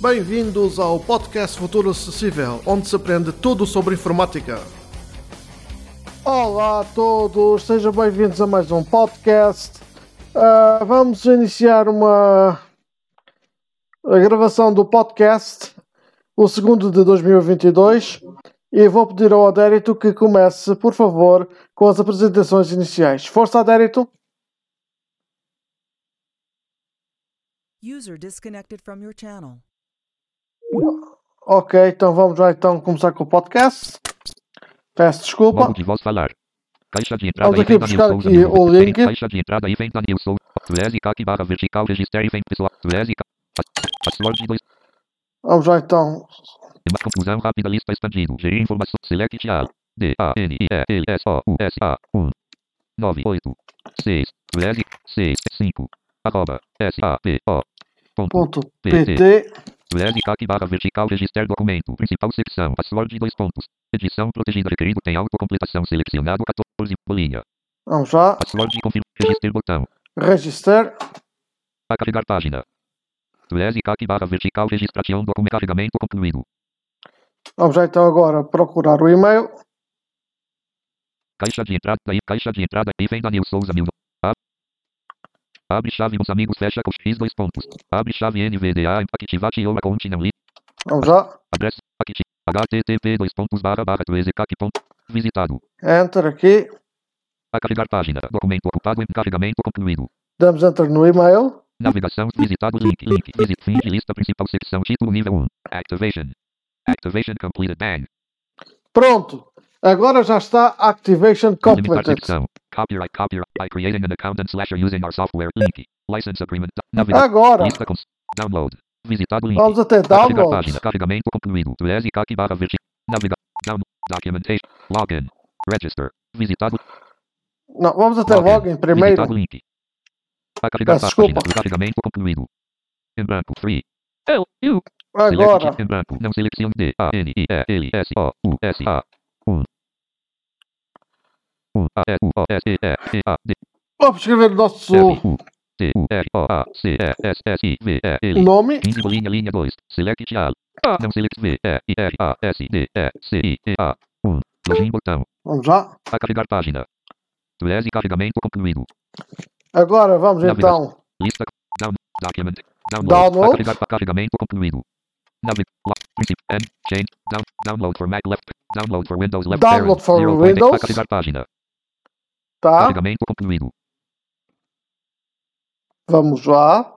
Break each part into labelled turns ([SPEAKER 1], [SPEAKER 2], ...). [SPEAKER 1] Bem-vindos ao podcast Futuro Acessível, onde se aprende tudo sobre informática. Olá a todos, sejam bem-vindos a mais um podcast. Ah, vamos iniciar uma a gravação do podcast, o segundo de 2022, e vou pedir ao Adérito que comece, por favor, com as apresentações iniciais. Força, Adérito!
[SPEAKER 2] User disconnected from your channel.
[SPEAKER 1] Ok, então vamos lá então começar com o podcast. Peço desculpa.
[SPEAKER 3] Logo de voz falar. Caixa de entrada
[SPEAKER 1] Vamos
[SPEAKER 3] e
[SPEAKER 1] aqui
[SPEAKER 3] venda
[SPEAKER 1] buscar
[SPEAKER 3] Nilson.
[SPEAKER 1] aqui o link.
[SPEAKER 3] Caixa de entrada e venda Nilson. Lezicac barra vertical register e venda pessoal. Lezicac. Password 2.
[SPEAKER 1] Vamos lá então.
[SPEAKER 3] Uma confusão rápida lista expandido. Gerir informação. Select A. D A N I E L S O U S A 1. 9 8. 6. Lezic. 6. 5. Arroba. S A P O. Ponto.
[SPEAKER 1] Ponto PT.
[SPEAKER 3] Lezicac barra vertical register documento. Principal secção. Password 2 pontos. Edição protegida requerido tem autocompletação selecionado 14. Bolinha.
[SPEAKER 1] Vamos lá.
[SPEAKER 3] Password confirma. Register botão.
[SPEAKER 1] Register.
[SPEAKER 3] A carregar página. Lezicac barra vertical registração documento carregamento concluído.
[SPEAKER 1] Vamos lá então agora procurar o e-mail.
[SPEAKER 3] Caixa de entrada e caixa de entrada e venda Nil Souza mil. A- Abre chave nos amigos fecha com x dois pontos. Abre chave NVDA activate ou a conte não li.
[SPEAKER 1] Vamos lá.
[SPEAKER 3] Adresse acti. HTTP dois pontos barra barra lezicac ponto. Visitado.
[SPEAKER 1] Enter aqui.
[SPEAKER 3] A carregar página. Documento ocupado em carregamento concluído.
[SPEAKER 1] Damos enter no e-mail.
[SPEAKER 3] Navegação visitado link link visit fim de lista principal secção título nível 1. Activation. Activation completed bang.
[SPEAKER 1] Pronto. Agora já está Activation
[SPEAKER 3] Limitar tá?
[SPEAKER 1] Completed.
[SPEAKER 3] secção. Copyright copyright by creating an account and slash or using our software link. License agreement. Navegação.
[SPEAKER 1] Agora.
[SPEAKER 3] Lista com download. Visitado link.
[SPEAKER 1] Vamos até
[SPEAKER 3] Carregar
[SPEAKER 1] download.
[SPEAKER 3] página. Carregamento concluído. Lezicac barra vertical. Navega. Down. Documentation. Login. Register. Visitado.
[SPEAKER 1] Não, vamos até
[SPEAKER 3] Login.
[SPEAKER 1] login primeiro.
[SPEAKER 3] Visitado link. A carregar
[SPEAKER 1] Peço
[SPEAKER 3] página.
[SPEAKER 1] desculpa.
[SPEAKER 3] Carregamento concluído. Em branco. Free. L. U.
[SPEAKER 1] Agora.
[SPEAKER 3] Select em branco. Não selecione D. A. N. I. E. L. S. O. U. S. A. 1. 1. A. S. U. O. S. E. E. E. A. D.
[SPEAKER 1] Vamos escrever o nosso
[SPEAKER 3] R. U. T. U. R. O. A. C. E. S. S. I. V. E. L.
[SPEAKER 1] nome.
[SPEAKER 3] 15 bolinha linha 2. Select all. A. Não select V. E. I. R. A. S. D. E. C. I. E. A. 1. Login botão.
[SPEAKER 1] Vamos lá.
[SPEAKER 3] A carregar página. Lese carregamento concluído.
[SPEAKER 1] Agora vamos
[SPEAKER 3] Navegação.
[SPEAKER 1] então.
[SPEAKER 3] Lista. Down. Document. Download.
[SPEAKER 1] Download.
[SPEAKER 3] A carregar pa- carregamento concluído. Navig. Lock. Princip. End. Change. Down. Download for Mac left. Download for Windows left.
[SPEAKER 1] Download
[SPEAKER 3] parent,
[SPEAKER 1] for
[SPEAKER 3] 0.8.
[SPEAKER 1] Windows.
[SPEAKER 3] A carregar página.
[SPEAKER 1] Tá.
[SPEAKER 3] Carregamento concluído.
[SPEAKER 1] Vamos lá.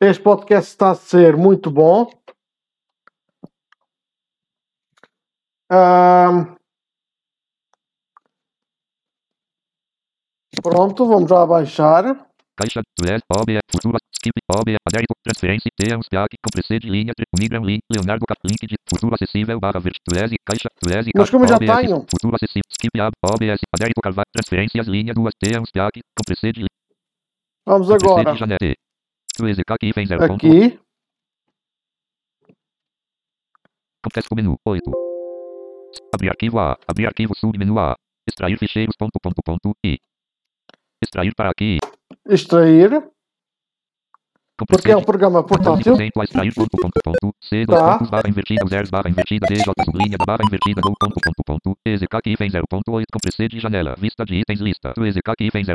[SPEAKER 1] Este podcast está a ser muito bom. Ahm. Pronto, vamos lá baixar.
[SPEAKER 3] Caixa. Lese. OBE. Futura. Skip. OBE. Adérito. Transferência. Teams. DAC. Compressor de linha. tre- Migram. Link. Leonardo. Cap. Link de. Futuro acessível. Barra verde. Lese. Caixa. Lese.
[SPEAKER 1] Mas
[SPEAKER 3] Cap,
[SPEAKER 1] como eu já tá,
[SPEAKER 3] OBS,
[SPEAKER 1] tenho.
[SPEAKER 3] Futuro acessível. Skip. Ab. OBS. Adérito. Carvalho. Transferências. Linha. Duas. Teams. DAC. Compressor de linha.
[SPEAKER 1] Vamos
[SPEAKER 3] Compressor
[SPEAKER 1] agora
[SPEAKER 3] de janete. Lese. Cap. Vem 0.
[SPEAKER 1] aqui.
[SPEAKER 3] Contexto menu 8. Abrir arquivo A. Abrir arquivo submenu A. Extrair ficheiros ponto ponto ponto I. Extrair para aqui.
[SPEAKER 1] Extrair, porque é
[SPEAKER 3] Compressor
[SPEAKER 1] um programa portátil.
[SPEAKER 3] de 12% a extrair ponto ponto ponto C dois
[SPEAKER 1] Tá.
[SPEAKER 3] pontos barra invertida zeros barra invertida DJ sublinha da barra invertida gol ponto ponto ponto EZK que vem 0.8 compressor de janela vista de itens lista EZK que vem 0.8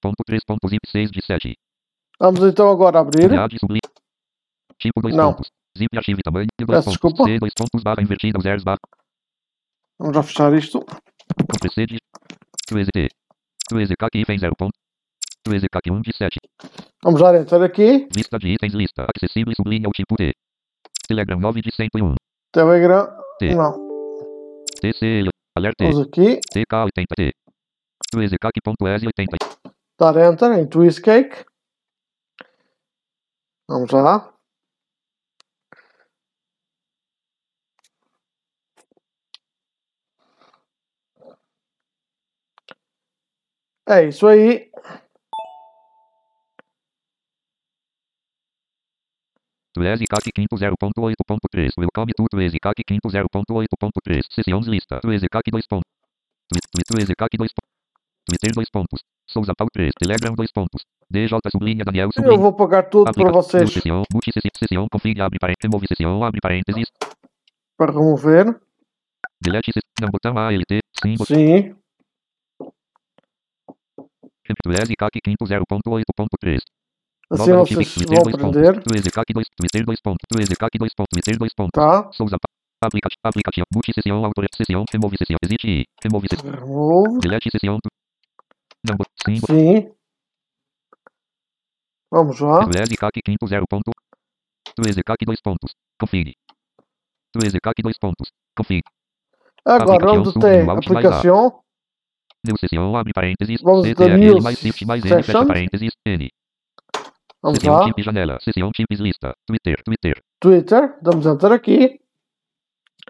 [SPEAKER 3] ponto 3 ponto zip 6 de 7
[SPEAKER 1] Vamos então agora abrir.
[SPEAKER 3] unidade sublinha tipo 2
[SPEAKER 1] Não.
[SPEAKER 3] pontos zip archivo e tamanho de
[SPEAKER 1] Peço
[SPEAKER 3] 2
[SPEAKER 1] desculpa.
[SPEAKER 3] pontos C 2 pontos barra invertida zeros barra
[SPEAKER 1] Vamos já fechar isto.
[SPEAKER 3] Compressor de EZT EZK que vem 0. EZK que 1 de 7
[SPEAKER 1] Vamos dar enter aqui.
[SPEAKER 3] vista de itens lista acessível sublinha o tipo T Telegram 9 de 101
[SPEAKER 1] Telegram.
[SPEAKER 3] Sim.
[SPEAKER 1] Não.
[SPEAKER 3] TCL alerta
[SPEAKER 1] Vamos aqui.
[SPEAKER 3] TK80T. Luizcac.S80.
[SPEAKER 1] Dar enter em Twistcake. Vamos lá. É isso aí.
[SPEAKER 3] Treze CAC 500.8.3. Welcome to 13 CAC 500.8.3. Sessões lista. 13 CAC 2 pontos. 13 CAC 2 pontos. Twitter 2 pontos. Souza Pau 3. Telegram 2 pontos. DJ sublinha Daniel
[SPEAKER 1] Eu
[SPEAKER 3] sublinha.
[SPEAKER 1] vou pagar tudo para
[SPEAKER 3] Aplica-
[SPEAKER 1] vocês
[SPEAKER 3] Sessão. Multi sessão. Sessão. Config. Abre parênteses. Remove sessão. Abre parênteses.
[SPEAKER 1] para remover.
[SPEAKER 3] Delete sessão. Não botão ALT. Sim. botão.
[SPEAKER 1] Sim.
[SPEAKER 3] 13 CAC 500.8.3.
[SPEAKER 1] Assim
[SPEAKER 3] Nova
[SPEAKER 1] vocês
[SPEAKER 3] notícia,
[SPEAKER 1] vão
[SPEAKER 3] Twitter dois
[SPEAKER 1] aprender.
[SPEAKER 3] pontos, Twitter CAC 2, Twitter 2 pontos, Twitter CAC 2 pontos, Twitter 2 pontos,
[SPEAKER 1] Tá?
[SPEAKER 3] Souza, Pa- aplicativo, aplicativo, multisessão, autor, sessão, remove sessão, exit, I, remove sessão,
[SPEAKER 1] Removo.
[SPEAKER 3] delete sessão, tu- number, símbolo,
[SPEAKER 1] Sim. Vamos lá.
[SPEAKER 3] Twitter CAC 500 zero ponto, Twitter CAC 2 pontos, config, Twitter CAC 2 pontos, config,
[SPEAKER 1] Agora
[SPEAKER 3] Aplicação,
[SPEAKER 1] vamos
[SPEAKER 3] sumo,
[SPEAKER 1] ter
[SPEAKER 3] alt, mais A.
[SPEAKER 1] aplicação.
[SPEAKER 3] new sessão, abre parênteses,
[SPEAKER 1] Vamos
[SPEAKER 3] CTRL
[SPEAKER 1] da news
[SPEAKER 3] mais shift mais N, fecha
[SPEAKER 1] session.
[SPEAKER 3] parênteses, N,
[SPEAKER 1] Vamos
[SPEAKER 3] sessão
[SPEAKER 1] lá.
[SPEAKER 3] chip janela, sessão chips lista, Twitter, Twitter,
[SPEAKER 1] Twitter. Damos enter aqui.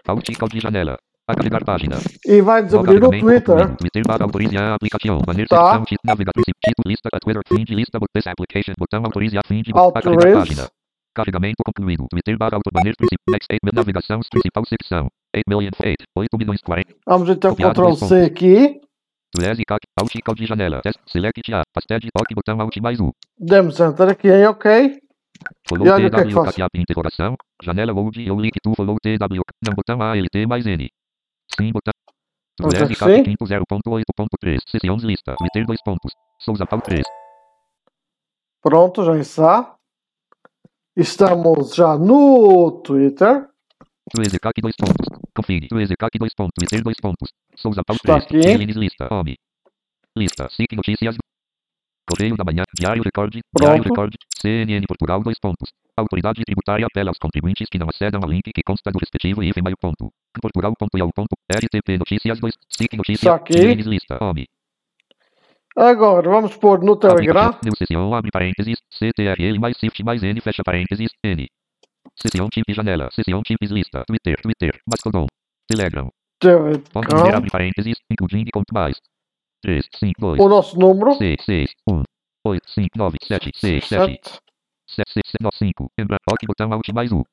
[SPEAKER 3] alt, de janela, a carregar página,
[SPEAKER 1] E vai nos abrir o
[SPEAKER 3] Logicamente,
[SPEAKER 1] Twitter.
[SPEAKER 3] documento, Twitter barra autorize a aplicação. Banner
[SPEAKER 1] Tá.
[SPEAKER 3] seção, ti- navega princípio, título, lista, Twitter, fim de lista, this application, botão autorize a fim de a carregar página.
[SPEAKER 1] Autorize.
[SPEAKER 3] Carregamento concluído. Twitter barra auto, banner princípio, next statement, navegação, principal secção. 8 million, 8, 8 milhões, 40.
[SPEAKER 1] Vamos então
[SPEAKER 3] Copiar
[SPEAKER 1] Ctrl
[SPEAKER 3] dois pontos.
[SPEAKER 1] C aqui.
[SPEAKER 3] 13 cac, alt, cal de janela, test, select, a, pastel, ok, botão alt, mais um.
[SPEAKER 1] Demos enter aqui em OK.
[SPEAKER 3] Follow
[SPEAKER 1] E olha o que é que
[SPEAKER 3] TW,
[SPEAKER 1] faz.
[SPEAKER 3] cap, interrogação, janela, load, eu link, to, follow, TW, não, botão alt, mais n. Sim, botão.
[SPEAKER 1] Vamos
[SPEAKER 3] Twitter
[SPEAKER 1] assim.
[SPEAKER 3] cap, 5.0.8.3, sessões, lista, Twitter, dois pontos. Souza, pau, 3.
[SPEAKER 1] Pronto, já está. Estamos já no Twitter.
[SPEAKER 3] Twitter CAC 2 pontos. Config. Twitter CAC 2 pontos. Twitter 2 pontos. Souza Paulo
[SPEAKER 1] Está
[SPEAKER 3] 3.
[SPEAKER 1] aqui.
[SPEAKER 3] Lines lista. Home. Lista. SIC Notícias. Correio da Manhã. Diário Record. Diário
[SPEAKER 1] Pronto.
[SPEAKER 3] Record. CNN Portugal 2 pontos. Autoridade tributária apela aos contribuintes que não acedam ao link que consta do respectivo IF mail ponto. Portugal.iau ponto. RTP Notícias 2. SIC
[SPEAKER 1] Está
[SPEAKER 3] Notícias.
[SPEAKER 1] aqui.
[SPEAKER 3] Lines lista. Home.
[SPEAKER 1] Agora vamos pôr no Telegram.
[SPEAKER 3] Aplicativo. New sessão. Abre parênteses. CTRL mais shift mais N. Fecha parênteses. N. Sessão chip janela. Sessão chips lista. Twitter. Twitter. Mastodon. Telegram. Ponto primeiro
[SPEAKER 1] Telegram.
[SPEAKER 3] abre parênteses, incluindo conto mais. 3, 5, 2,
[SPEAKER 1] O nosso número.
[SPEAKER 3] 6, 6, 1, 8, 5, 9, 7, 6, 7,
[SPEAKER 1] Certo.
[SPEAKER 3] 7, 6, 9, 5. Lembra, toque botão alt mais 1.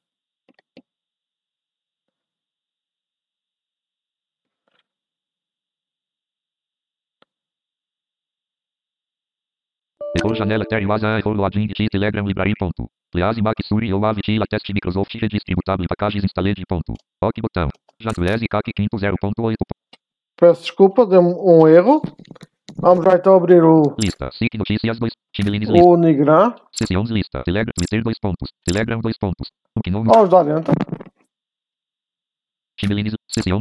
[SPEAKER 3] Errou janela Terrywaza, errou login de Telegram Library ponto. Please Mac Suri ou Avi Tila Test Microsoft Redistributable Packages Installed ponto. Ok botão. Já 13 CAC 500.8.
[SPEAKER 1] Peço desculpa, deu um erro. Vamos lá então abrir o,
[SPEAKER 3] Lista. SIC Notícias 2. Chimilines Lista.
[SPEAKER 1] o Nigram.
[SPEAKER 3] Sessão de lista. Telegram. Twitter dois pontos. Telegram dois pontos. O que não
[SPEAKER 1] Vamos dar enter.
[SPEAKER 3] Chimelinis. Sessão.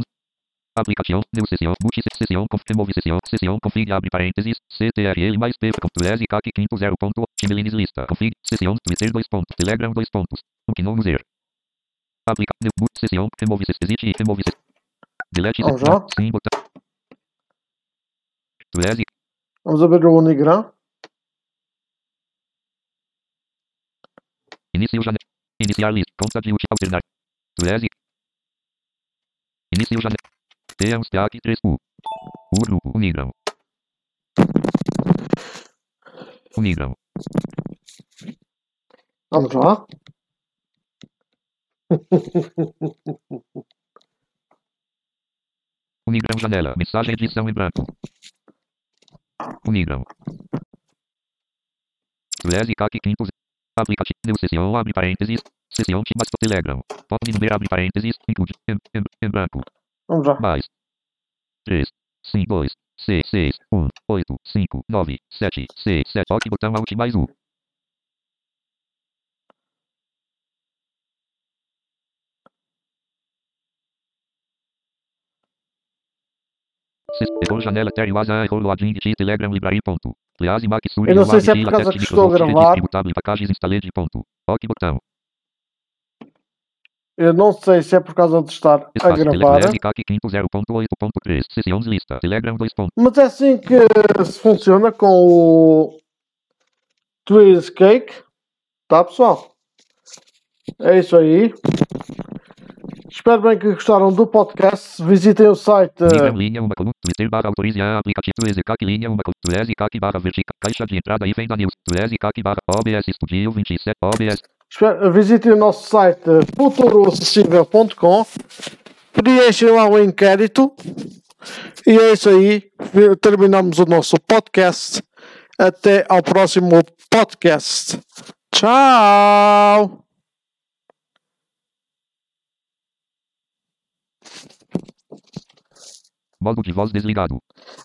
[SPEAKER 3] Aplicação. New sessão. Multi sessão. Conf, remove sessão. Sessão. Config. Abre parênteses. CTRL mais P. Com 13 CAC 500. zero ponto. Chimelinis lista. Config. Sessão. Twitter dois pontos. Telegram dois pontos. O que não usar. Aplica. New. Multi sessão. Remove sessão. Exit. Remove sessão. Delete.
[SPEAKER 1] Vamos
[SPEAKER 3] sessão.
[SPEAKER 1] lá.
[SPEAKER 3] Sim. Botão. 13.
[SPEAKER 1] Vamos abrir o Nigram.
[SPEAKER 3] Início janela. Iniciar lista. Conta de útil. Alternar. 13. Início janela. Temos TAC 3U. O grupo Unigrão. Unigrão.
[SPEAKER 1] Vamos lá.
[SPEAKER 3] Unigrão janela. Mensagem edição em branco. Unigrão. 13 CAC 500. Aplicativo. New sessão abre parênteses. Sessão de Masto Telegram. Pop número abre parênteses. Include. Em, em, em branco.
[SPEAKER 1] Vamos lá.
[SPEAKER 3] Mais. 3, 5, 2, 6, 6, 1, 8, 5, 9, 7, 6, 7. Ok, botão alt tá mais 1. Errou janela Terrywaza, errou login de Telegram Library. Ponto. Please Mac Studio,
[SPEAKER 1] Eu não sei se é
[SPEAKER 3] Avi,
[SPEAKER 1] por
[SPEAKER 3] Tila,
[SPEAKER 1] causa
[SPEAKER 3] Test,
[SPEAKER 1] que estou a
[SPEAKER 3] Microsoft,
[SPEAKER 1] gravar.
[SPEAKER 3] Redistributable Packages Installed. Ponto. Ok, botão.
[SPEAKER 1] Eu não sei se é por causa de estar a
[SPEAKER 3] Espaço
[SPEAKER 1] gravar.
[SPEAKER 3] Telegram CAC 500.8.3. Sessões lista. Telegram 2. ponto.
[SPEAKER 1] Mas é assim que se funciona com o Twist Cake. Tá, pessoal? É isso aí. Espero bem que gostaram do podcast. Visitem o site.
[SPEAKER 3] Nível
[SPEAKER 1] eh,
[SPEAKER 3] linha uma coluna. Twitter barra autorize a aplicativo EZCAC linha uma coluna. EZCAC barra vertical. Caixa de entrada e venda news. EZCAC barra OBS Studio 27. OBS.
[SPEAKER 1] espe- Visitem o nosso site eh, futuraoacessível.com. Preenchem lá o inquérito. E é isso aí. Vi- Terminamos o nosso podcast. Até ao próximo podcast. Tchau!
[SPEAKER 3] Modo de voz desligado.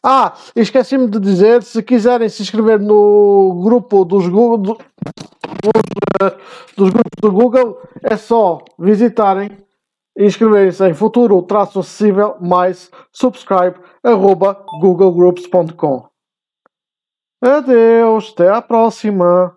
[SPEAKER 1] Ah, esqueci-me de dizer, se quiserem se inscrever no grupo dos, Gu- do- dos, eh, dos grupos do Google, é só visitarem e inscreverem-se em futuro traço acessível mais subscribe arroba googlegroups.com Adeus, até à próxima.